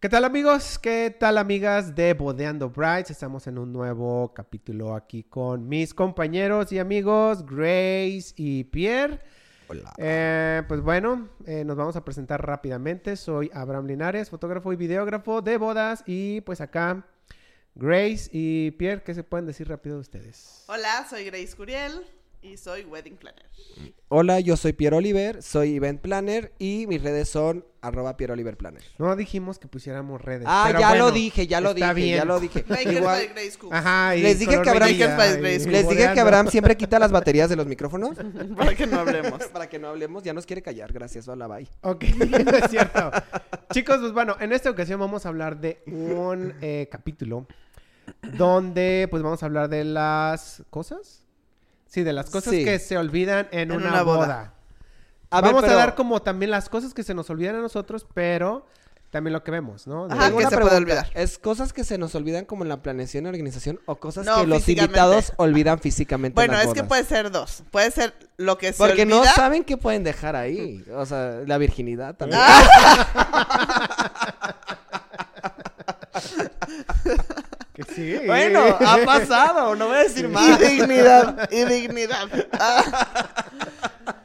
¿Qué tal amigos? ¿Qué tal amigas de Bodeando Brides? Estamos en un nuevo capítulo aquí con mis compañeros y amigos Grace y Pierre. Hola. Eh, pues bueno, eh, nos vamos a presentar rápidamente. Soy Abraham Linares, fotógrafo y videógrafo de bodas. Y pues acá, Grace y Pierre, ¿qué se pueden decir rápido de ustedes? Hola, soy Grace Curiel y soy Wedding Planner. Hola, yo soy Pierre Oliver, soy Event Planner y mis redes son arroba Pierre Oliver Planner. No dijimos que pusiéramos redes. Ah, pero ya bueno, lo dije, ya lo está dije, bien. ya lo dije. Makers by Igual, Grace Cook. Ajá, y Les dije color que habrán- vainilla Makers by y Grace. les dije que bodeando. Abraham siempre quita las baterías de los micrófonos. Para que no hablemos. Para que no hablemos, ya nos quiere callar, gracias, hola, bye. Ok, no es cierto. Chicos, pues bueno, en esta ocasión vamos a hablar de un eh, capítulo donde pues vamos a hablar de las cosas. Sí, de las cosas Sí. que se olvidan en, En una, una boda. boda. A ver, vamos pero a dar como también las cosas que se nos olvidan a nosotros, pero también lo que vemos, ¿no? De- Ajá, tengo que una se puede pregunta. olvidar. ¿Es cosas que se nos olvidan como en la planeación y organización o cosas No, que los físicamente. invitados olvidan físicamente? en Bueno, las es que bodas? puede ser dos. Puede ser lo que se Porque no olvida. saben qué pueden dejar ahí. O sea, la virginidad también. Ah, que sí. Bueno, ah, pues, ha pasado, no voy a decir Y más. dignidad, y dignidad. Ah.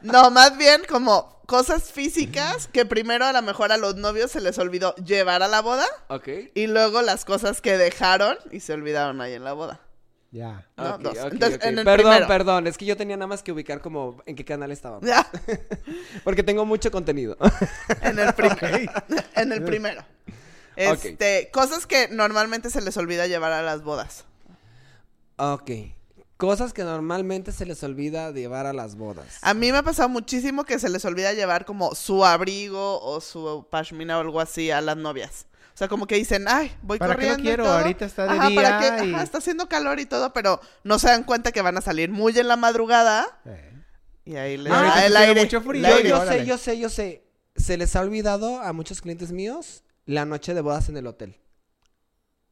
No, más bien como cosas físicas que primero a lo mejor a los novios se les olvidó llevar a la boda Ok. y luego las cosas que dejaron y se olvidaron ahí en la boda. Ya. No, Ah, Ok, dos. ok, Entonces, ok. en el perdón, primero. perdón, es que yo tenía nada más que ubicar como en qué canal estábamos. Ya, Porque tengo mucho contenido. en el primero. En el primero. Este, cosas que normalmente se les olvida llevar a las bodas. ok. Cosas que normalmente se les olvida llevar a las bodas. A mí me ha pasado muchísimo que se les olvida llevar como su abrigo o su pashmina o algo así a las novias. O sea, como que dicen, ay, voy ¿Para qué lo corriendo. y quiero? todo". Ahorita está de Ajá, ¿para día qué? y- Ajá, está haciendo calor y todo, pero no se dan cuenta que van a salir muy en la madrugada Eh. y ahí les Ah, ahorita da el que tiene aire. mucho frío. El yo aire. yo órale. sé, yo sé, yo sé. Se les ha olvidado a muchos clientes míos la noche de bodas en el hotel.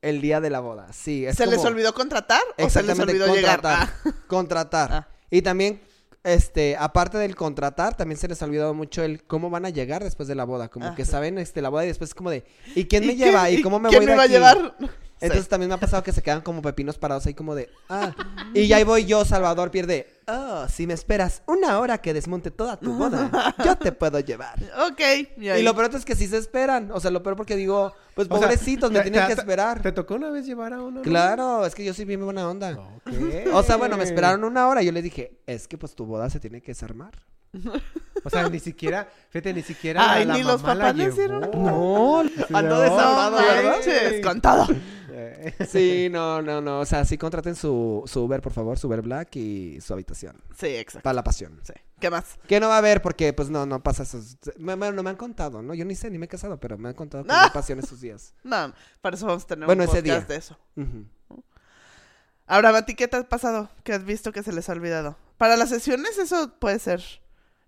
El día de la boda, sí. es ¿Se les como- olvidó contratar o se les Exactamente, olvidó llegar? contratar. Ah, Contratar. Ah. Y también, este, aparte del contratar, también se les ha olvidado mucho el cómo van a llegar después de la boda. Como Ah. que saben este, la boda y después es como de, ¿y quién ¿y me lleva? ¿Y cómo me quién voy de iba a aquí? llevar? Entonces también me ha pasado que se quedan como pepinos parados ahí como de, ah. Y ya ahí voy yo, Salvador, pierde. Oh, si me esperas una hora que desmonte toda tu boda, yo te puedo llevar. Sí. Ok. y ahí- Y lo peor es que sí se esperan. O sea, lo peor porque digo, pues O sea, pobrecitos, me te- tienen te- que te- esperar. ¿Te tocó una vez llevar a uno? no? Claro, es que yo soy bien buena onda. Ok. O sea, bueno, me Eh. esperaron una hora y yo les dije, es que pues tu boda se tiene que desarmar. O sea, ni siquiera, fíjate, ni siquiera Ay, la ni los mamá la papás le llevó. hicieron Oh, No, no, ando No desarmado, ¿verdad? manches, con todo. Eh. Sí, no, no, no. O sea, sí contraten su, su Uber, por favor, su Uber Black y su habitación. Sí, exacto. Para la pasión. Sí. ¿Qué más? Que no va a haber porque, pues, no, no pasa eso. Bueno, no me han contado, ¿no? Yo ni sé, ni me he casado, pero me han contado que Ah. no pasión esos días. No, para eso vamos a tener Bueno, un ese podcast día. de eso. Ujú. Ahora, Mati, ¿qué te ha pasado? ¿Qué has visto que se les ha olvidado? Para las sesiones eso puede ser,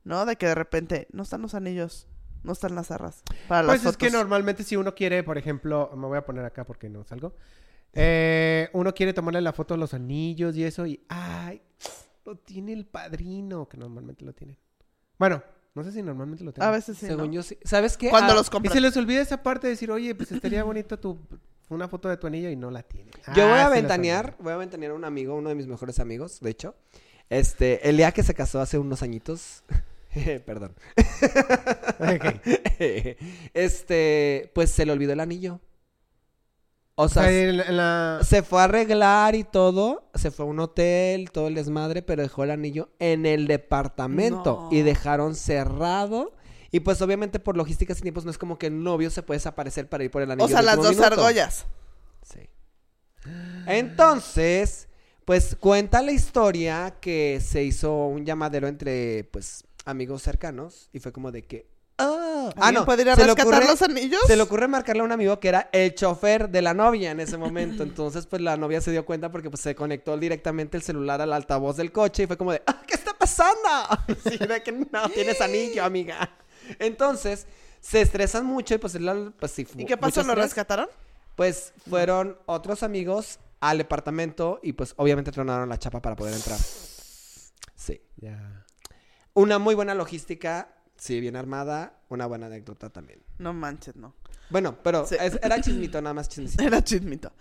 ¿no? De que de repente no están los anillos, no están las arras. Para las Pues es que fotos. normalmente si uno quiere, por ejemplo, me voy a poner acá porque no salgo. Eh, uno quiere tomarle la foto a los anillos y eso y ay, lo tiene el padrino que normalmente lo tienen. Bueno, no sé si normalmente lo tienen. A veces sí, Según ¿no? yo, sí. ¿Sabes qué? Cuando Ah, los Y compran. se les olvida esa parte de decir, oye, pues estaría bonito tu una foto de tu anillo y no la tiene. Yo voy Ah, a se les ventanear, voy a ventanear a un amigo, uno de mis mejores amigos, de hecho. Este, el día que se casó hace unos añitos. Perdón. olvida. Ok. este, pues se le olvidó el anillo. O O sea, sea, en la- en la- se fue a arreglar y todo, se fue a un hotel, todo el desmadre, pero dejó el anillo en el departamento No. y dejaron cerrado. Y pues obviamente por logísticas y tiempos no es como que el novio se puede desaparecer para ir por el anillo. O sea, al las último dos minuto. argollas. Sí. Entonces, pues cuenta la historia que se hizo un llamadero entre pues amigos cercanos y fue como de que "Ah, ah no, ¿Puede ir a se le rescatar ocurre- los anillos? se le ocurre marcarle a un amigo que era el chofer de la novia en ese momento. Entonces, pues la novia se dio cuenta porque pues, se conectó directamente el celular al altavoz del coche y fue como de, "Ah, ¿qué está pasando? Sí, de que no tienes anillo, amiga. Entonces, se estresan mucho y pues, es la- pues sí, fu- ¿Y qué pasó? mucho ¿Lo estrés. rescataron? Pues fueron otros amigos al departamento y pues obviamente tronaron la chapa para poder entrar. Sí. Ya. Una muy buena logística, sí, bien armada, una buena anécdota también. No manches, no. Bueno, pero Sí. es- era chismito, nada más chismito. Era chismito.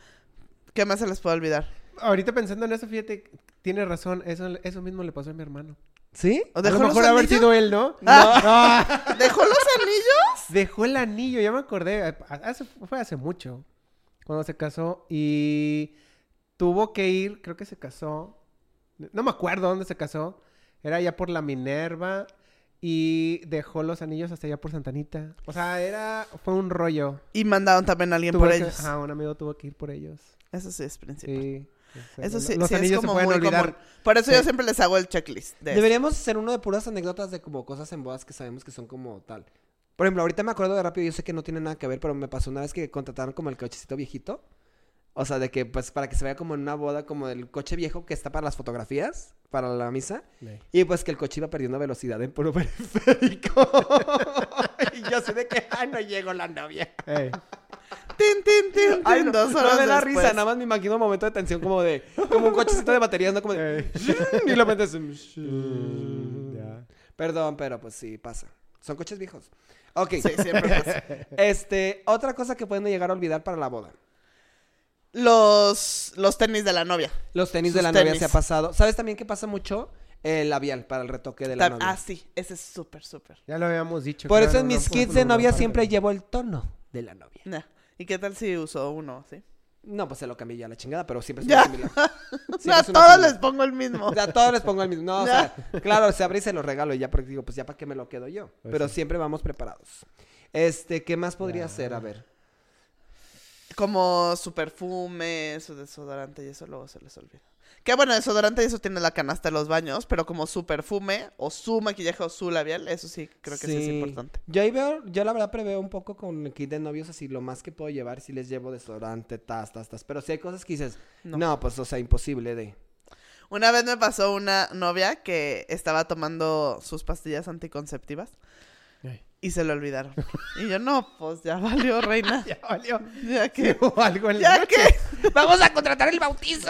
¿Qué más se les puede olvidar? Ahorita pensando en eso, fíjate, tiene razón. Eso, eso mismo le pasó a mi hermano. ¿Sí? ¿O A dejó lo los mejor haber anillos? sido él, ¿no? Ah, ¿Dejó los anillos? dejó el anillo, ya me acordé. a- a- hace- fue hace mucho cuando se casó y tuvo que ir, creo que se casó. No me acuerdo dónde se casó. Era allá por la Minerva y dejó los anillos hasta allá por Santanita. O sea, era fue un rollo. Y mandaron también a alguien Tuvo por que- ellos. ajá, un amigo tuvo que ir por ellos. Eso sí es principal. Sí. o sea, Eso lo- sí, los sí es anillos como se pueden muy olvidar. común. Por eso Sí. yo siempre les hago el checklist. de eso. Deberíamos hacer uno de puras anécdotas de como cosas en bodas que sabemos que son como tal. Por ejemplo, ahorita me acuerdo de rápido, yo sé que no tiene nada que ver, pero me pasó una vez que contrataron como el cochecito viejito. O sea, de que pues para que se vea como en una boda como el coche viejo que está para las fotografías, para la misa. Sí. Y pues que el coche iba perdiendo velocidad en puro periférico. y yo sé de que, ay, no llegó la novia. Ey. Tin, tin, tin, tin, Ay, no, dos no horas de la después. risa, nada más me imagino un momento de tensión como de, como un cochecito de baterías, no como Eh. de, Ey. Pues, y lo metes. Eh. Mm, Ya. Perdón, pero pues sí, pasa. Son coches viejos. Ok. Sí, siempre pasa. Este, otra cosa que pueden llegar a olvidar para la boda. Los, los tenis de la novia. Los tenis de Sus la novia tenis. se ha pasado. ¿Sabes también qué pasa mucho? El labial para el retoque de la Tam- novia. ah, sí, ese es súper, súper. Ya lo habíamos dicho. Por creo, eso en no, mis no, kits no, de no, novia no, siempre no. llevo el tono de la novia. Nah. ¿Y qué tal si usó uno? ¿sí? No, pues se lo cambié ya a la chingada, pero siempre es Ya. una similar. No, Siempre a es una todos similar. les pongo el mismo. O sea, a todos les pongo el mismo. No, o sea, claro, se abre y se lo regalo y ya porque digo, pues ya para qué me lo quedo yo. Pues pero sí. siempre vamos preparados. Este, ¿qué más podría ser? A ver. Como su perfume, su desodorante y eso luego se les olvida. Que bueno, desodorante y eso tiene la canasta de los baños, pero como su perfume o su maquillaje o su labial, eso sí creo que sí, es importante. Yo ahí veo, yo la verdad preveo un poco con el kit de novios así, lo más que puedo llevar, si les llevo desodorante, tas, tas, tas. Pero si hay cosas que dices, no, No. pues, o sea, imposible de. Una vez me pasó una novia que estaba tomando sus pastillas anticonceptivas Ey. y se lo olvidaron. Y yo, no, pues ya valió, reina. Ya valió. Ya Que que... hubo algo en la Ya noche. que... ¡Vamos a contratar el bautizo!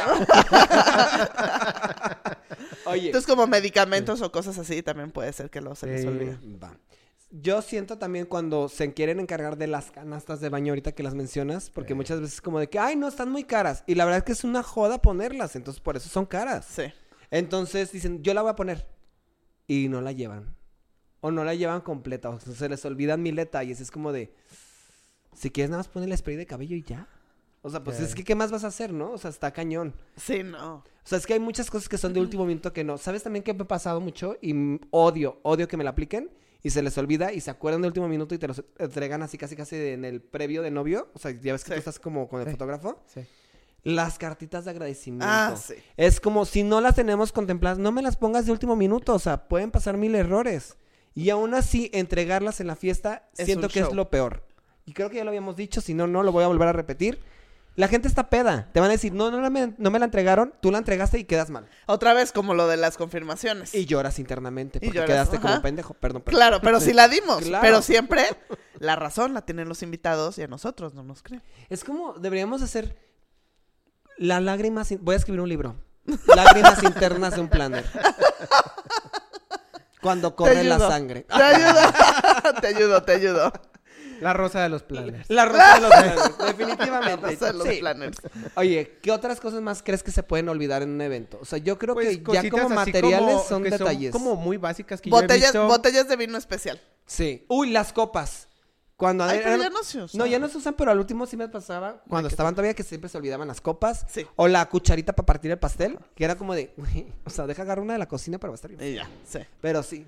Oye. Entonces, como medicamentos o cosas así, también puede ser que luego se les Sí. olvida. Va. Yo siento también cuando se quieren encargar de las canastas de baño ahorita que las mencionas, porque Sí. muchas veces como de que, ay, no, están muy caras. Y la verdad es que es una joda ponerlas, entonces por eso son caras. Sí. Entonces dicen, yo la voy a poner. Y no la llevan. O no la llevan completa. O se les olvidan mil detalles. Es como de, si quieres nada más poner el spray de cabello y ya. O sea, pues Sí. es que, ¿qué más vas a hacer, no? O sea, está cañón. Sí, no. O sea, es que hay muchas cosas que son de último minuto que no. ¿Sabes también que me ha pasado mucho? Y mm, odio, odio que me la apliquen y se les olvida y se acuerdan de último minuto y te los entregan así casi casi de- en el previo de novio. O sea, ya ves que tú Sí. estás como con el Sí. fotógrafo. Sí. Las cartitas de agradecimiento. Ah, sí. Es como si no las tenemos contempladas, no me las pongas de último minuto, o sea, pueden pasar mil errores. Y aún así, entregarlas en la fiesta Es siento un que es show. lo peor. Y creo que ya lo habíamos dicho, si no, no lo voy a volver a repetir. La gente está peda. Te van a decir, no, no, la me, no me la entregaron, tú la entregaste y quedas mal. Otra vez, como lo de las confirmaciones. Y lloras internamente Y porque lloras, quedaste como ajá. un pendejo. Perdón, perdón. Claro, pero sí la dimos. Claro. Pero siempre la razón la tienen los invitados y a nosotros no nos creen. Es como, deberíamos hacer las lágrimas... in- Voy a escribir un libro. Lágrimas internas de un planner. Cuando corre la ayudo. sangre. Te ayudo, te ayudo, te ayudo. La rosa de los planes. La rosa de los planes, La definitivamente. razón de los Sí. planners. Oye, ¿qué otras cosas más crees que se pueden olvidar en un evento? O sea, yo creo Pues, que ya cositas como así materiales como- son que detalles. como muy básicas que Botellas, yo he visto. botellas de vino especial. Sí. Uy, las copas. Cuando Ay, pero eran- ya no se usan. No, ya no se usan, pero al último sí me pasaba cuando estaban todavía que siempre se olvidaban las copas. Sí. O la cucharita para partir el pastel, que era como de, "Uy, o sea, deja agarrar una de la cocina para estar bien. Y ya, sí. Pero sí,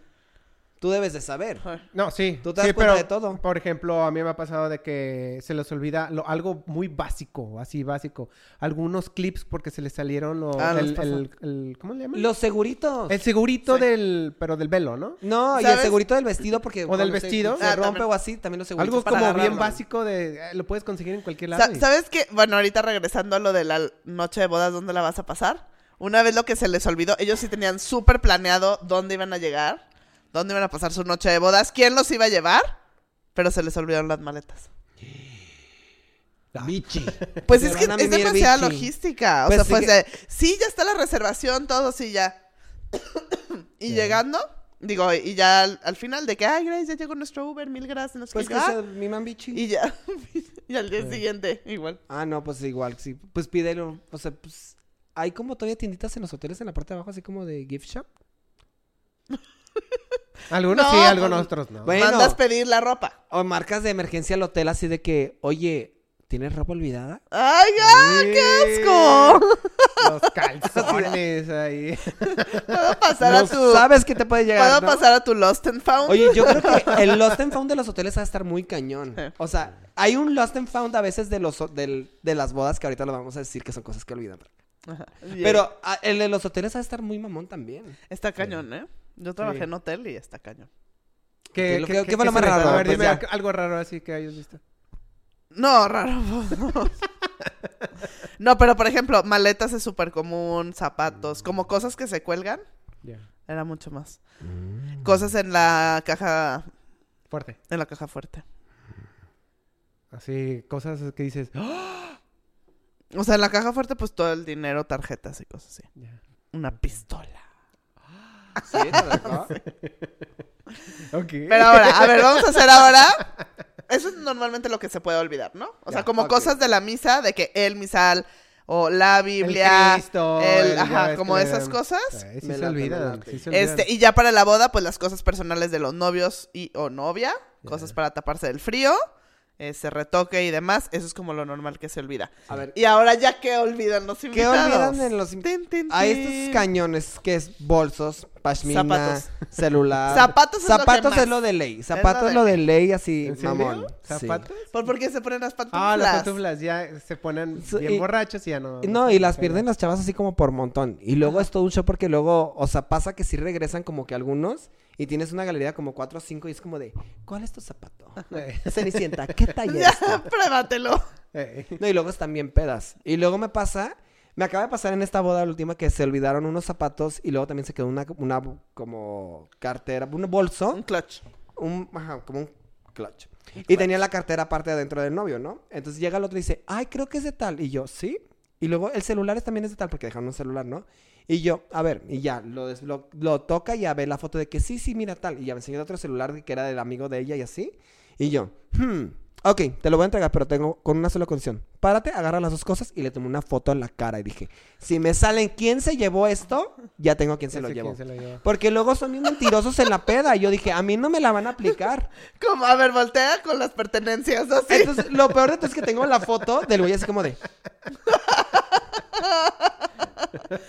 tú debes de saber. No, sí. Tú te das sí, cuenta pero, de todo. Por ejemplo, a mí me ha pasado de que se les olvida lo- algo muy básico, así básico. Algunos clips porque se les salieron los... Ah, los el, pasan. el- el- ¿Cómo le llaman? Los seguritos. El segurito Sí. del... pero del velo, ¿no? No, y el ¿Sabes? segurito del vestido porque... O cuando del se- vestido. Se, Ah, rompe también. o así, también los seguritos Algo para como bien agarrarlo. básico de... eh, lo puedes conseguir en cualquier lado. Sa- y- ¿Sabes qué? Bueno, ahorita regresando a lo de la noche de bodas, ¿dónde la vas a pasar? Una vez lo que se les olvidó, ellos sí tenían súper planeado dónde iban a llegar, dónde iban a pasar su noche de bodas, quién los iba a llevar, pero se les olvidaron las maletas. Bichi. Pues Se es que van a es vivir demasiada bichi. logística. O Pues sea, sí pues que- de, sí, ya está la reservación, todo, sí, ya. y llegando, Digo, y ya al, al final de que, ay, Grace, ya llegó nuestro Uber, mil gracias, no sé Pues qué". que Ah, sea mi mambichi. Y ya. y al día Sí. siguiente, igual. Ah, no, pues igual, sí. Pues pídelo. O sea, pues. Hay como todavía tienditas en los hoteles en la parte de abajo, así como de gift shop. Algunos No, sí, algunos pues- otros no. Bueno. Mandas pedir la ropa. O marcas de emergencia al hotel, así de que, oye, ¿tienes ropa olvidada? ¡Ay, ah, qué asco! Los calzones ahí. Puedo pasar a No tu. sabes que te puede Puedo llegar. ¿no? pasar a tu Lost and Found. Oye, yo creo que el Lost and Found de los hoteles va a estar muy cañón. Sí. O sea, hay un Lost and Found a veces de los ho- del- de las bodas que ahorita lo vamos a decir que son cosas que olvidan. Ajá. Pero ah, el de los hoteles va a estar muy mamón también. Está cañón, ¿eh? Yo trabajé en hotel y está cañón. ¿Qué- qué- qué fue lo más se les- raro? A ver, Pues dime ya. ac- algo raro así que hayas visto. No, raro. no. no, pero por ejemplo, maletas es súper común, zapatos, como cosas que se cuelgan, Ya. era mucho más. Cosas en la caja, Fuerte. en la caja fuerte. Así, cosas que dices. ¡Ah! O sea, en la caja fuerte, pues todo el dinero, tarjetas y cosas así. Ya. Una pistola. Sí, ¿te dejó? Ok. Pero ahora, a ver, vamos a hacer ahora. Eso es normalmente lo que se puede olvidar, ¿no? O sea, Ya, como ok. cosas de la misa, de que el misal o la El Biblia, el, Cristo, ya ajá, ves como que- esas cosas. Ay, Sí, Me se late, me olvidan. late. sí se olvidan. Este, y ya para la boda, pues las cosas personales de los novios y o novia, Ya. cosas para taparse del frío, ese retoque y demás, eso es como lo normal que se olvida. A ver, Y ahora ya que olvidan los ¿qué invitados. olvidan en los... Tin, tin, A tin. estos cañones que es bolsos, pashmina, Zapatos. celular. Zapatos es lo que Zapatos más. es lo de ley. lo Zapatos de es lo de ley, así, ¿En serio? mamón. Sí. ¿Zapatos? ¿Por, por qué se ponen las pantuflas? Ah, las pantuflas ya se ponen So- bien y- borrachos y ya no. No, y las pierden las. las chavas así como por montón. Y luego es todo un show porque luego, o sea, pasa que sí regresan como que algunos y tienes una galería como cuatro o cinco y es como de, ¿cuál es tu zapato? Cenicienta, ¿qué talla es? Ya, pruébatelo. No, y luego están bien pedas. Y luego me pasa, me acaba de pasar en esta boda la última que se olvidaron unos zapatos y luego también se quedó una, una como cartera, un bolso Un clutch. un, ajá, como un clutch. Y tenía la cartera aparte adentro del novio, ¿no? Entonces llega el otro y dice, ay, creo que es de tal. Y yo, ¿sí? Y luego el celular es- también es de tal, porque dejaron un celular, ¿no? Y yo, a ver, y ya, lo, des- lo, lo toca y ya ve la foto de que sí, sí, mira tal. Y ya me enseñó otro celular que era del amigo de ella y así. Y yo, hmm, ok, te lo voy a entregar, pero tengo con una sola condición. Párate, agarra las dos cosas y le tomé una foto en la cara y dije, si me salen quién se llevó esto, ya tengo quién se lo llevó. Se lo llevó. Porque luego son bien mentirosos en la peda. Y yo dije, a mí no me la van a aplicar. Como, a ver, voltea con las pertenencias así. Entonces, lo peor de todo es que tengo la foto del güey así como de...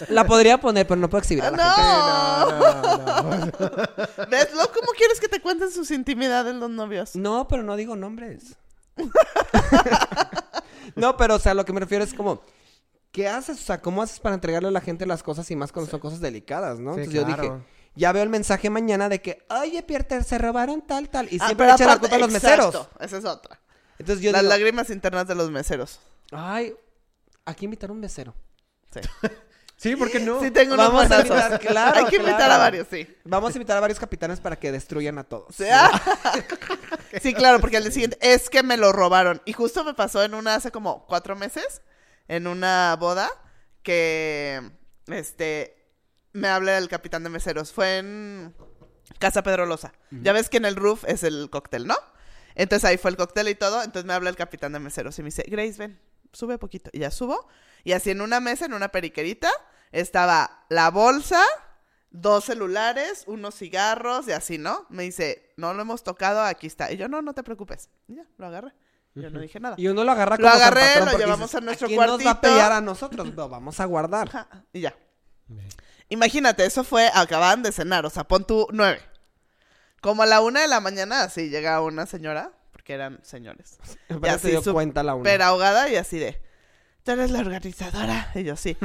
La podría poner, pero no puedo exhibir a la gente. no. No, no, no. ¿Ves? Lo, ¿Cómo quieres que te cuenten sus intimidades los novios? No, pero no digo nombres. No, pero, o sea, lo que me refiero es como... ¿Qué haces? O sea, ¿cómo haces para entregarle a la gente las cosas y más cuando son cosas delicadas, no? Sí, Entonces yo claro. dije, ya veo el mensaje mañana de que, oye, Pierter, se robaron tal, tal. Y Ah, siempre pero le echan la aparte- culpa a los exacto, meseros. Esa es otra. Entonces yo las digo, lágrimas internas de los meseros. Ay, aquí invitar un mesero. Sí, Sí, ¿por qué no? Sí tengo unos Vamos a buenazos. invitar, claro, Hay que invitar claro. a varios, sí. Vamos a invitar a varios capitanes para que destruyan a todos. Sí, ah. Sí, claro, porque al día siguiente es que me lo robaron. Y justo me pasó en una hace como cuatro meses, en una boda, que este me habla el capitán de meseros. Fue en Casa Pedrolosa. Ya ves que en el roof es el cóctel, ¿no? Entonces ahí fue el cóctel y todo. Entonces me habla el capitán de meseros y me dice, Grace, ven, sube poquito. Y ya subo. Y así en una mesa, en una periquerita, estaba la bolsa, dos celulares, unos cigarros y así, ¿no? Me dice, no lo hemos tocado, aquí está. Y yo, no, no te preocupes. Y ya, lo agarré. Yo no dije nada. Y uno lo agarra Lo como San agarré, Patrón lo porque llevamos dices, a nuestro quién nos va a cuartito?" pelear a nosotros? Lo vamos a guardar. Ajá, y ya. Imagínate, eso fue, acababan de cenar, o sea, pon tú nueve. Como a la una de la mañana, así llega una señora, porque eran señores, Pero así se dio su- cuenta la una. pero ahogada y así de, tú eres la organizadora. Y yo, sí.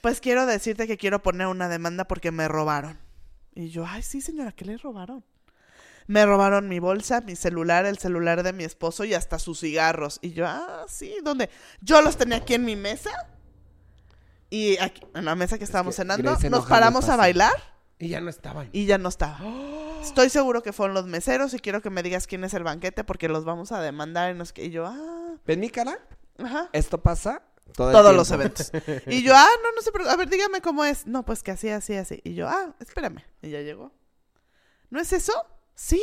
Pues quiero decirte que quiero poner una demanda porque me robaron. Y yo, ay, sí, señora, ¿qué le robaron? Me robaron mi bolsa, mi celular, el celular de mi esposo y hasta sus cigarros. Y yo, ah, sí, ¿dónde? Yo los tenía aquí en mi mesa. Y aquí, en la mesa que estábamos que cenando, Grace nos enojada paramos a pasa. bailar Y ya no estaban. y ya no estaba. Estoy seguro que fueron los meseros y quiero que me digas quién es el banquete porque los vamos a demandar. Y, nos... y yo, ah, ¿Ven mi cara? ajá Esto pasa todo el todos los tiempo. eventos. Y yo, ah, no, no sé, pero a ver, dígame cómo es. No, pues que así, así, así. Y yo, ah, espérame. Y ya llegó. ¿no es eso? Sí.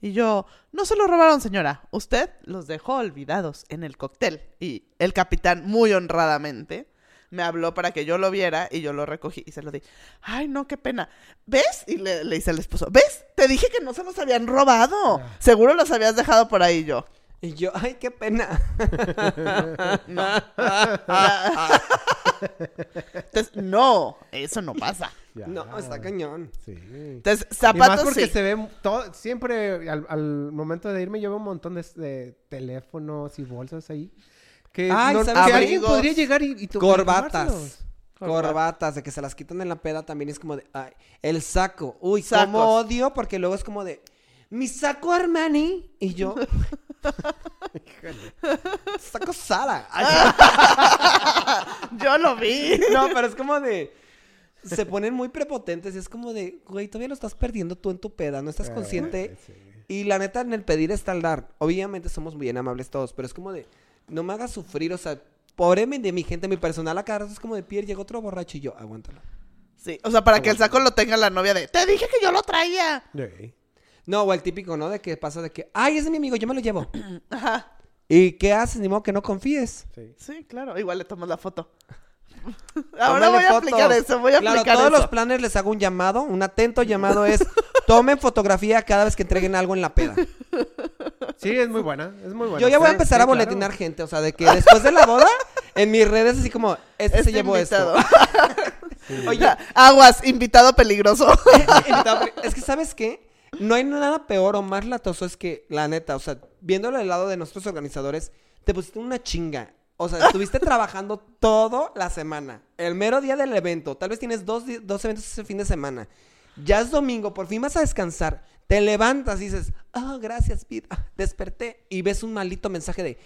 Y yo, no se lo robaron, señora. Usted los dejó olvidados en el cóctel. Y el capitán, muy honradamente, me habló para que yo lo viera y yo lo recogí y se lo di. Ay, no, qué pena. ¿Ves? Y le, le hice al esposo, ¿ves? Te dije que no se los habían robado. Ah. Seguro los habías dejado por ahí yo. Y yo, ay, qué pena. No. Ah. Entonces, no, eso no pasa. Ya. No, está cañón. Sí. Entonces, Y más zapatos porque sí. se ve todo, siempre al, al momento de irme yo veo un montón de, de teléfonos y bolsas ahí. Que, Ay, no- ¿sabes que qué? alguien Abrigos. podría llegar y, y to- y Corbatas. tomárselos. Corbatas, de que se las quitan en la peda también es como de, ay, el saco. Uy, Sacos. como odio porque luego es como de, mi saco Armani. Y yo, saco Sara. Ay, Yo lo vi. no, pero es como de, se ponen muy prepotentes y es como de, güey, todavía lo estás perdiendo tú en tu peda, no estás Ah, consciente. sí. Y la neta, en el pedir está el dar. Obviamente somos muy bien amables todos, pero es como de, no me hagas sufrir, o sea, pobre mi- de mi gente, mi personal acá es como de, Pierre, llegó otro borracho y yo, aguántalo. Sí, o sea, para que el saco lo tenga la novia de, te dije que yo lo traía. Sí. No, o el típico, ¿no? De que pasa de que, ay, ese es mi amigo, yo me lo llevo. Ajá. ¿Y qué haces? Ni modo que no confíes. Sí. Sí, claro, igual le tomas la foto. Ahora Tómale voy a fotos. aplicar eso, voy a Claro, aplicar todos eso. los planes les hago un llamado, un atento llamado es, tomen fotografía cada vez que entreguen algo en la peda. Sí, es muy buena, es muy buena. yo ya voy a Sí, empezar sí, a boletinar claro. gente, o sea, de que después de la boda, en mis redes así como, este, Este se llevó invitado. esto. Oye, aguas, invitado peligroso. Inevitable. es que, ¿sabes qué? No hay nada peor o más latoso es que, la neta, o sea, viéndolo del lado de nuestros organizadores, te pusiste una chinga. O sea, estuviste trabajando toda la semana. El mero día del evento. Tal vez tienes dos, di- dos eventos ese fin de semana. Ya es domingo, por fin vas a descansar. Te levantas y dices, oh, gracias, Pete. Ah, Desperté y ves un malito mensaje de,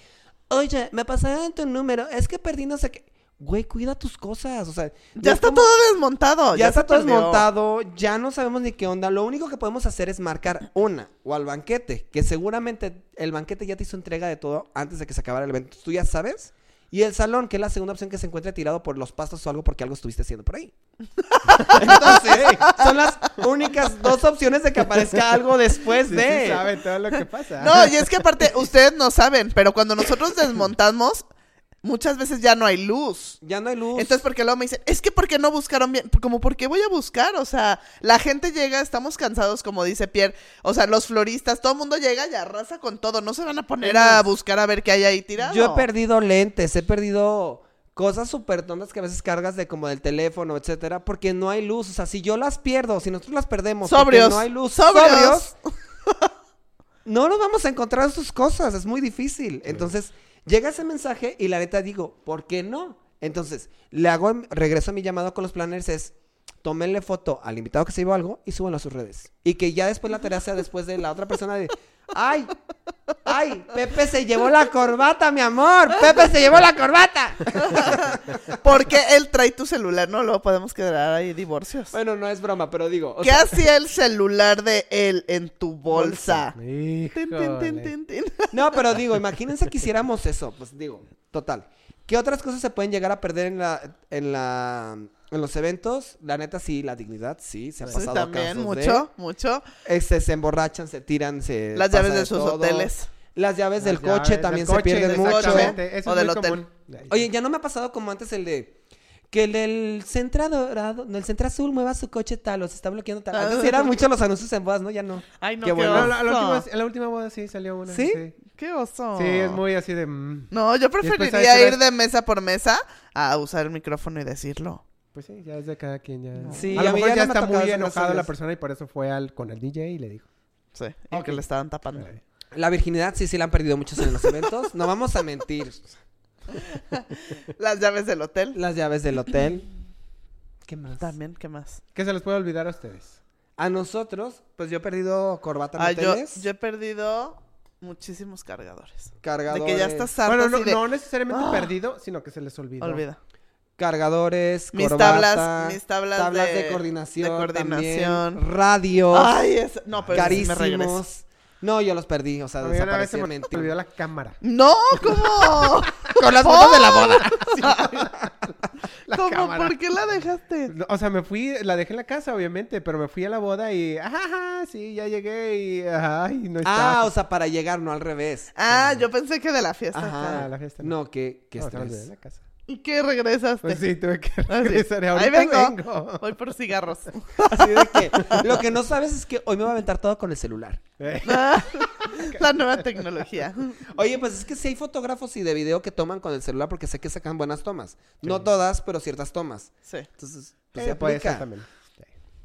oye, me pasaron tu número. Es que perdí no sé qué. Güey, cuida tus cosas. O sea, no ya es está como- todo desmontado. ya está Oh, se todo perdió. desmontado, ya no sabemos ni qué onda. Lo único que podemos hacer es marcar una o al banquete, que seguramente el banquete ya te hizo entrega de todo antes de que se acabara el evento. Tú ya sabes. Y el salón, que es la segunda opción que se encuentra tirado por los pastos o algo porque algo estuviste haciendo por ahí. Entonces, son las únicas dos opciones de que aparezca algo después Sí, de. sí sabe todo lo que pasa. No, y es que aparte, ustedes no saben, pero cuando nosotros desmontamos, muchas veces ya no hay luz. Ya no hay luz. Entonces, porque luego me dicen, es que ¿por qué no buscaron bien? Como, ¿por qué voy a buscar? O sea, la gente llega, estamos cansados, como dice Pierre. O sea, los floristas, todo el mundo llega y arrasa con todo. No se van a poner a Además, buscar a ver qué hay ahí tirado. Yo he perdido lentes, he perdido cosas súper tontas que a veces cargas de como del teléfono, etcétera, porque no hay luz. O sea, si yo las pierdo, si nosotros las perdemos, porque Sobrios. no hay luz, Sobrios. no nos vamos a encontrar sus cosas, es muy difícil. Entonces, llega ese mensaje y la neta digo, ¿por qué no? Entonces, le hago, regreso a mi llamado con los planners, es tómenle foto al invitado que se llevó algo y súbanlo a sus redes. Y que ya después la tarea sea después de la otra persona de, ¡ay! ¡Ay! Pepe se llevó la corbata, mi amor. Pepe se llevó la corbata. Porque él trae tu celular, ¿no? Luego podemos quedar ahí divorcios. Bueno, no es broma, pero digo. o ¿Qué sea, hacía el celular de él en tu bolsa? Tin, tin, tin, Híjole. tin, tin. No, pero digo, imagínense que hiciéramos eso. Pues digo, total. ¿Qué otras cosas se pueden llegar a perder en la, en la, en los eventos? La neta, sí, la dignidad, sí, se ha Sí, pasado también, casos de- mucho, mucho. Este, se emborrachan, se tiran, se... Las pasa llaves de sus todo. hoteles. Las llaves del Las llaves coche del también se coche, pierden mucho. exactamente. Eso O es del muy hotel. común. Oye, ya no me ha pasado como antes el de... Que el, del Centra Dorado, no, el Centra Azul mueva su coche tal, o se está bloqueando tal. Antes Ah. eran muchos los anuncios en bodas, ¿no? Ya no. Ay, no, Qué qué, bueno. No, oso. Oh. la, la última, en la última boda sí salió una. ¿Sí? Sí, Qué oso. Sí, es muy así de. mm, No, yo después, preferiría ¿sabes qué ir de mesa por mesa a usar el micrófono y decirlo. Pues sí, ya es de cada quien. Ya. Sí, a lo a mí mejor ya ya, no está me ha tocado muy esas enojado la cosas. persona y por eso fue al, con el DJ y le dijo. Sí, y que le estaban tapando. La virginidad sí, sí la han perdido muchos en los eventos. No vamos a mentir. Las llaves del hotel. Las llaves del hotel. ¿Qué más? También, ¿qué más? ¿Qué se les puede olvidar a ustedes? A nosotros, pues yo he perdido corbata en Ah, yo, hoteles. yo he perdido muchísimos cargadores. Cargadores. De que ya estás harta bueno, no, así de, no necesariamente ¡Ah! perdido, sino que se les olvidó. Olvida. Cargadores, Mis corbata, tablas- mis tablas de, de- coordinación, de coordinación. también, radios, Ay, es... no, pero sí me regreso. carísimos. No, yo los perdí, o sea, A mí una vez se me desaparecieron. olvidó la cámara. No, ¿cómo? Con las fotos de la boda. La la ¿Cómo? cámara. ¿Por qué la dejaste? No, O sea, me fui, la dejé en la casa, obviamente, pero me fui a la boda y, ajá, sí, ya llegué y, ajá, y no está. Ah, o sea, para llegar, no al revés. Ah, yo pensé que de la fiesta. Ajá. Ah, la fiesta no. No, que qué No, estaba en estrés. la casa. ¿Y qué regresaste? Pues sí, tuve que Ah, sí. regresar. y Ahí Ahorita vengo. vengo. Voy por cigarros. Así de que, lo que no sabes es que hoy me va a aventar todo con el celular. la nueva tecnología. Oye, pues es que sí hay fotógrafos y de video que toman con el celular porque sé que sacan buenas tomas. No todas, pero ciertas tomas. Sí. Entonces, pues Pues se puede ser aplica. también. Sí.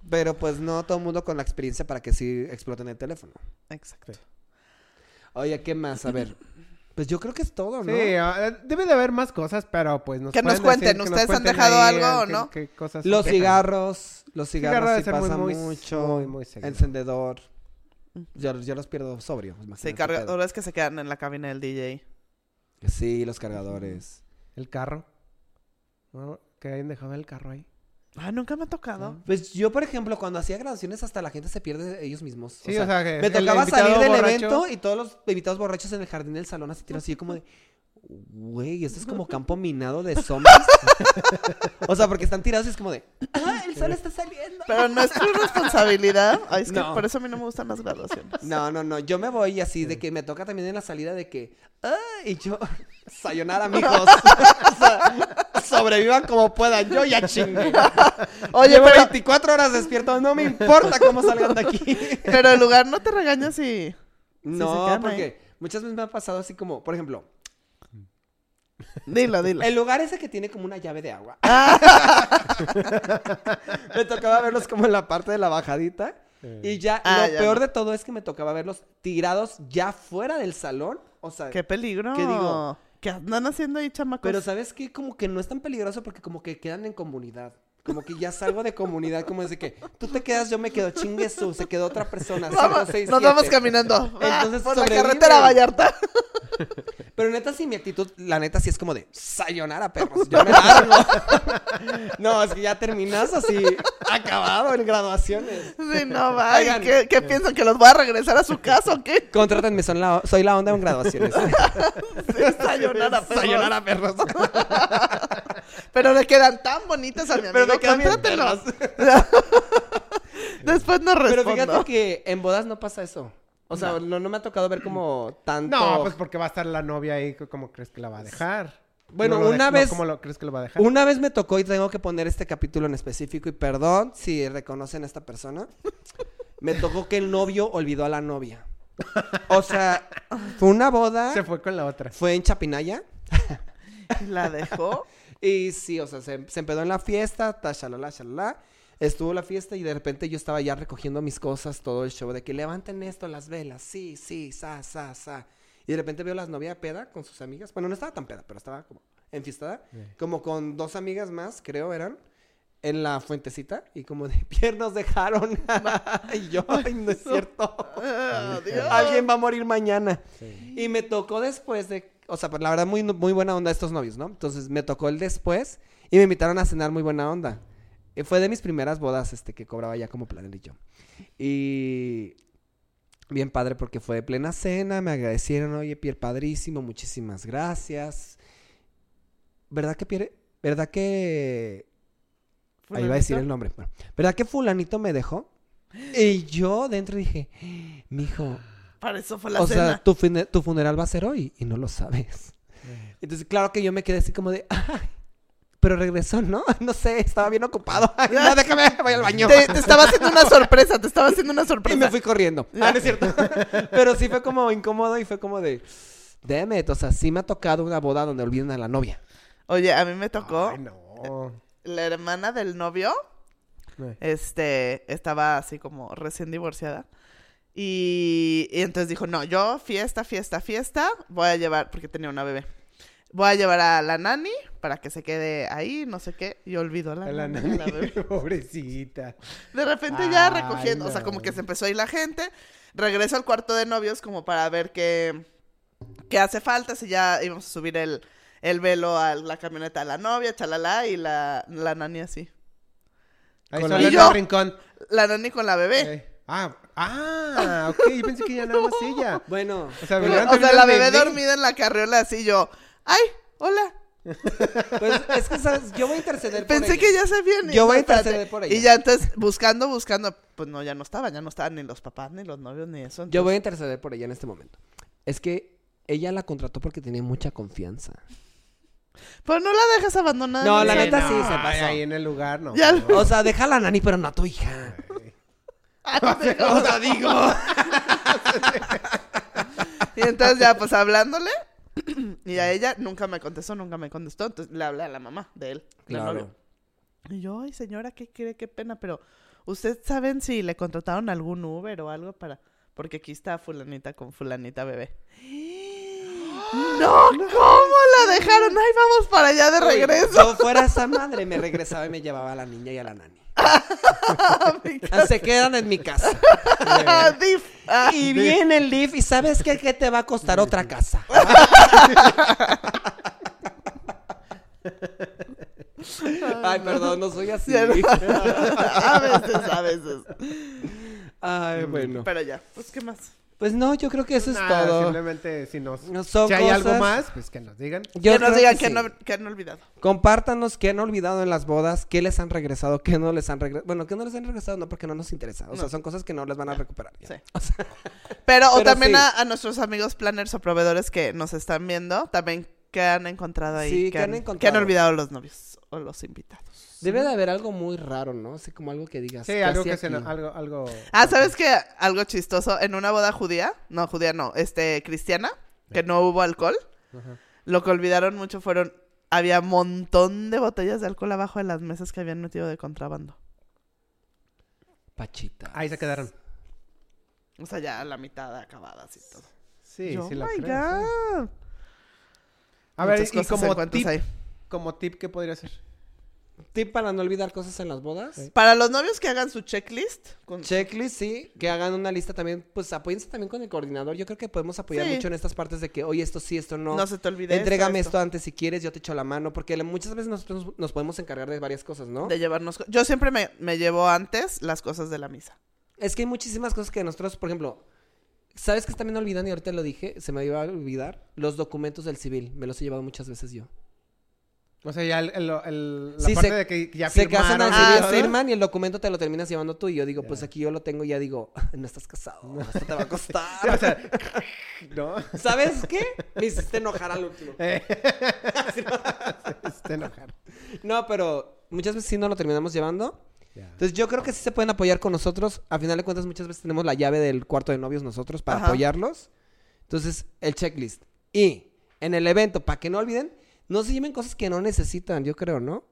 Pero pues no todo el mundo con la experiencia para que sí exploten el teléfono. Exacto. Oye, ¿qué más? A ver. Pues yo creo que es todo, ¿no? Sí, ah, debe de haber más cosas, pero pues nos Que nos pueden cuenten, decir, que nos ¿ustedes han cuenten dejado ahí, algo o ah, qué- no? qué cosas Los dejan. cigarros, los cigarros Cigarros sí de ser muy, pasan muy, mucho. muy, muy seguido. Encendedor. Yo, yo los pierdo sobrio. imagínate, Sí, pero- cargadores que se quedan en la cabina del DJ. Sí, los cargadores. El carro. No, que hayan dejado el carro ahí. Ah, nunca me ha tocado. Pues yo, por ejemplo, cuando hacía grabaciones, hasta la gente se pierde ellos mismos. Sí, o sea, que me el tocaba invitado salir del borracho- evento y todos los invitados borrachos en el jardín del salón así tirados, así yo como de, güey, esto es como campo minado de zombies. o sea, porque están tirados y es como de, ah, el sol está saliendo. Pero no es tu responsabilidad. Ay, es que No. por eso a mí no me gustan las graduaciones. No, no, no, yo me voy así de que me toca también en la salida de que, ah, y yo, sayonara, amigos. o sea, sobrevivan como puedan, yo ya chingue. Oye, Llevo pero, 24 horas despierto, no me importa cómo salgan de aquí. pero el lugar no te regaña si... No, quedan ahí. porque muchas veces me ha pasado así como, por ejemplo, Dilo, dilo. El lugar ese que tiene como una llave de agua. me tocaba verlos como en la parte de la bajadita. Eh. Y ya, Ah, lo ya. peor de todo es que me tocaba verlos tirados ya fuera del salón. O sea, Qué pues. peligro. ¿Qué digo? ¿Qué andan haciendo ahí, chamacos? pero ¿sabes qué? Como que no es tan peligroso porque como que quedan en comunidad. Como que ya salgo de comunidad, como es de que tú te quedas, yo me quedo, chingue su, se quedó otra persona. cinco, Vamos, seis, nos siete. vamos caminando. Ah, Entonces, por la sobreviven. carretera a Vallarta. Pero neta, sí, mi actitud, la neta, sí es como de sayonara, perros. Yo me largo. no, es que ya terminas así, acabado en graduaciones. Sí, no, va. Oigan. ¿Y ¿Qué, qué piensan? ¿Que los va a regresar a su casa o qué? Contrátenme, son la, soy la onda en graduaciones. Sí, sayonara, perros. sayonara, perros. Pero le quedan tan bonitas a mi amigo. Pero me quedan bien contrátenlo. Después nos Pero respondo. fíjate que en bodas no pasa eso. O sea, no, no me ha tocado ver como tanto. No, pues porque va a estar la novia ahí, ¿cómo crees que la va a dejar? Bueno, No lo una dej- no, vez- ¿Cómo lo crees que lo va a dejar? Una vez me tocó y tengo que poner este capítulo en específico y perdón si reconocen a esta persona. Me tocó que el novio olvidó a la novia. O sea, fue una boda, Se fue con la otra. fue en Chapinaya. La dejó. Y sí, o sea, se, se empedó en la fiesta, ta, shalala, shalala. Estuvo la fiesta y de repente yo estaba ya recogiendo mis cosas, todo el show, de que levanten esto, las velas, sí, sí, sa, sa, sa. Y de repente veo las novias peda con sus amigas. Bueno, no estaba tan peda, pero estaba como enfiestada. Como con dos amigas más, creo eran, en la fuentecita. Y como de piernas dejaron. y yo, ay, no es cierto. Ah, Dios. Alguien va a morir mañana. Sí. Y me tocó después de, o sea, pues la verdad muy, muy buena onda estos novios, ¿no? Entonces me tocó el después y me invitaron a cenar muy buena onda. Eh, fue de mis primeras bodas, este, que cobraba ya como planerillo. Y bien padre porque fue de plena cena, me agradecieron, oye, Pierre, padrísimo, muchísimas gracias. ¿Verdad que Pierre, verdad que... Ahí va a decir el nombre. bueno. ¿Verdad que fulanito me dejó? Y yo dentro dije, mijo, Para eso fue la o cena. sea, tu, fune- tu funeral va a ser hoy y no lo sabes. Eh. Entonces, claro que yo me quedé así como de, ay, pero regresó, ¿no? No sé, estaba bien ocupado. Ay, no, déjame, voy al baño. Te, te estaba haciendo una sorpresa, te estaba haciendo una Y sorpresa. me fui corriendo. Ah, no es cierto. pero sí fue como incómodo y fue como de, deme, o sea, sí me ha tocado una boda donde olviden a la novia. Oye, a mí me tocó. Ay, no. La hermana del novio, Eh, este, estaba así como recién divorciada. Y, y entonces dijo, no, yo fiesta, fiesta, fiesta, voy a llevar, porque tenía una bebé, voy a llevar a la nani para que se quede ahí, no sé qué, y olvidó a la, La nani, a la bebé. nani, pobrecita. De repente ya Ay, recogiendo, o sea, como no. que se empezó a ir la gente. Regreso al cuarto de novios como para ver qué, qué hace falta, si ya íbamos a subir el, el velo a la camioneta de la novia, chalala, y la, la nani así. Ahí Con solo la- en Y yo. el rincón. La nani con la bebé. Eh, Ah, ah, ok, yo pensé que ya nada más ella. Bueno, O sea, me Pero, levanto o y me sea, la dice, bebé "Ven". dormida en la carriola así yo, ay, hola. Pues es que, ¿sabes? Yo voy a interceder por Pensé ella. que ya se viene. Yo voy a Espérate. interceder por ella. Y ya entonces, buscando, buscando, pues no, ya no estaban, ya no estaban ni los papás, ni los novios, ni eso. Yo voy a interceder por ella en este momento. Es que ella la contrató porque tenía mucha confianza. entonces- Pero no la dejas abandonada. No, en la esa- neta sí, se ay, pasó. Ahí en el lugar, no. Ya por O favor. sea, déjala a Nani, pero no a tu hija. Ah, O sea, digo. y entonces ya, pues hablándole. Y a ella nunca me contestó, nunca me contestó. Entonces le hablé a la mamá de él. la novia. Claro. Y yo, ay, señora, ¿qué cree? Qué pena. Pero, ¿ustedes saben si le contrataron algún Uber o algo para...? Porque aquí está fulanita con fulanita bebé. ¡No! ¿Cómo la dejaron? ¡Ay, vamos para allá de regreso! Yo fuera esa madre, me regresaba y me llevaba a la niña y a la Nani. Ah, Se quedan en mi casa. Dif. Y viene el DIF y ¿sabes qué? ¿Qué te va a costar otra casa? Ay, perdón, no soy así. a veces, a veces. Ay, Mm. bueno. Pero ya, pues, ¿qué más? Pues no, yo creo que eso es Nada, todo. Simplemente si nos... Si No Son hay algo cosas- más, pues que nos digan. Yo que nos creo digan que que, sí. no, que han olvidado. Compártanos qué han olvidado en las bodas, qué les han regresado, qué no les han regresado. Bueno, qué no les han regresado, no porque no nos interesa. O sea, No. son cosas que no les van a recuperar. ya. Sí. O sea, Pero, o Pero también sí. a, a nuestros amigos planners o proveedores que nos están viendo, también que han encontrado ahí. Sí, que, ¿qué han han, encontrado? que han olvidado los novios o los invitados. debe de haber algo muy raro, ¿no? Así como algo que digas. Sí, ¿qué algo hacía que se... aquí? no- Algo, algo... Ah, ¿sabes qué? Algo chistoso. En una boda judía, no, judía no, este, cristiana, que no hubo alcohol, Ajá. lo que olvidaron mucho fueron, había montón de botellas de alcohol abajo de las mesas que habían metido de contrabando. Pachita. Ahí se quedaron. O sea, ya la mitad acabadas y todo. Sí, Yo, sí lo my creo, sí. God. A ver, Muchas y cosas en como cuantos tip, hay. como tip, ¿qué podría ser? Tip para no olvidar cosas en las bodas. Para los novios que hagan su checklist, con- Checklist, sí, que hagan una lista también, pues apóyense también con el coordinador. Yo creo que podemos apoyar Sí. mucho en estas partes de que, oye, esto sí, esto no. no se te olvide. esto, Entrégame esto, antes si quieres, yo te echo la mano, porque le- muchas veces nosotros nos podemos encargar de varias cosas, ¿no? de llevarnos. co- Yo siempre me, me llevo antes las cosas de la misa. Es que hay muchísimas cosas que nosotros, por ejemplo, ¿sabes que también olvidan? Y ahorita lo dije, se me iba a olvidar, los documentos del civil, me los he llevado muchas veces yo. O sea, ya el, el- el- la Sí, parte se- de que ya se casan al firmaron, Ah, civil, ¿no? firman y el documento te lo terminas llevando tú. Y yo digo, pues Ya. aquí yo lo tengo y ya digo, no estás casado, esto te va a O costar. sea, ¿no? ¿Sabes qué? Me hiciste enojar al último. Eh, Te enojar. No, pero muchas veces sí no lo terminamos llevando. Ya. Entonces yo creo que sí se pueden apoyar con nosotros. A final de cuentas muchas veces tenemos la llave del cuarto de novios nosotros para Ajá. apoyarlos. Entonces el checklist. Y en el evento, para que no olviden, no se lleven cosas que no necesitan, yo creo, ¿no?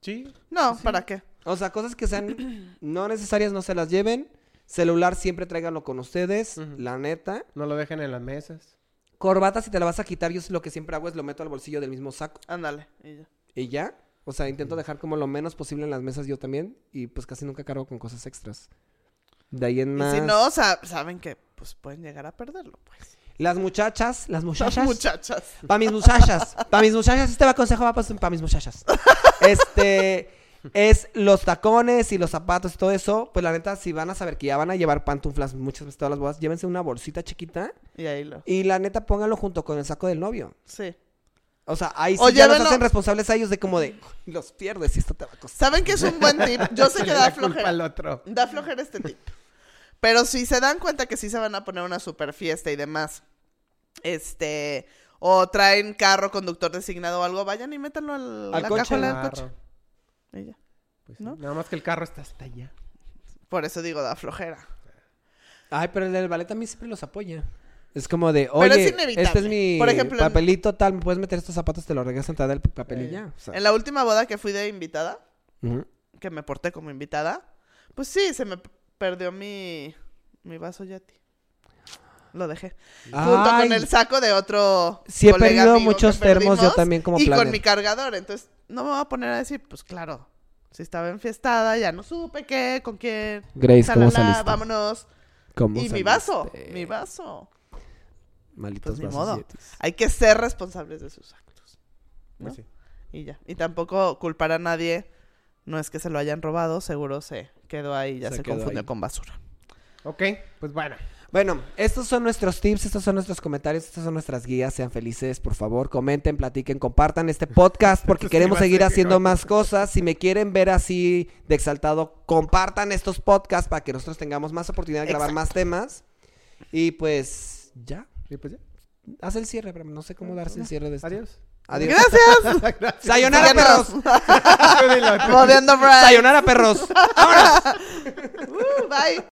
Sí. No, ¿para qué? O sea, cosas que sean no necesarias no se las lleven. Celular siempre tráiganlo con ustedes, Ujú. la neta. No lo dejen en las mesas. Corbata si te la vas a quitar, yo lo que siempre hago es lo meto al bolsillo del mismo saco Ándale. y ya. y ya. O sea, intento dejar como lo menos posible en las mesas yo también y pues casi nunca cargo con cosas extras. De ahí en Y más. si no, sa- saben que pues pueden llegar a perderlo, pues. Las muchachas, las Las muchachas. muchachas. Para mis muchachas. Para mis muchachas. Este va consejo va para mis muchachas. Este. Es los tacones y los zapatos y todo eso. Pues la neta, si van a saber que ya van a llevar pantuflas muchas veces todas las bodas, llévense una bolsita chiquita. Y ahí lo. Y la neta, pónganlo junto con el saco del novio. Sí. O sea, ahí sí O ya los llévenlo- hacen responsables a ellos de como de. Los pierdes y esto te va a costar. ¿Saben que es un buen tip? Yo Échale sé que da la culpa flojera. al otro. Da flojera este tip. Pero si se dan cuenta que sí se van a poner una super fiesta y demás, este, o traen carro, conductor designado o algo, vayan y métanlo al, Al la coche. cajuela del Carro. coche. Y ya. Pues sí. ¿No? Nada más que el carro está hasta allá. Por eso digo, da flojera. Ay, pero el del ballet a mí siempre los apoya. Es como de, oye, Pero es inevitable. este es mi Por ejemplo, en- papelito tal, me puedes meter estos zapatos, te los regresan, te da el papel y Eh, ya. O sea, En la última boda que fui de invitada, ujú. que me porté como invitada, pues sí, se me p- perdió mi, mi vaso Yeti. Lo dejé. Junto Ay, con el saco de otro. Sí, he colega perdido amigo que muchos termos yo perdimos. también como y planner. con mi cargador. Entonces, no me voy a poner a decir, pues claro, si estaba enfiestada, ya no supe qué, con quién. Grace, ¿cómo Salala, saliste? vámonos. ¿Cómo Y mi saliste? vaso, mi vaso. Malditos Pues ni vasos modo. yetis. Hay que ser responsables de sus actos. ¿no? Pues sí. Y ya. Y tampoco culpar a nadie. No es que se lo hayan robado, seguro se quedó ahí, ya Se se, quedó confundió ahí. con basura. Ok, pues bueno. Bueno, estos son nuestros tips, estos son nuestros comentarios, estas son nuestras guías. Sean felices, por favor, comenten, platiquen, compartan este podcast porque Eso sí queremos iba a seguir ser, haciendo ¿no? más cosas. Si me quieren ver así de exaltado, compartan estos podcasts para que nosotros tengamos más oportunidad de grabar más temas. Y pues ya, Y pues ya. haz el cierre, pero no sé cómo darse el cierre de esto. Adiós. Adiós. Gracias. Gracias. Sayonara, perros. Cuídenlo. Moviendo Brian. Sayonara, perros. Uh, bye.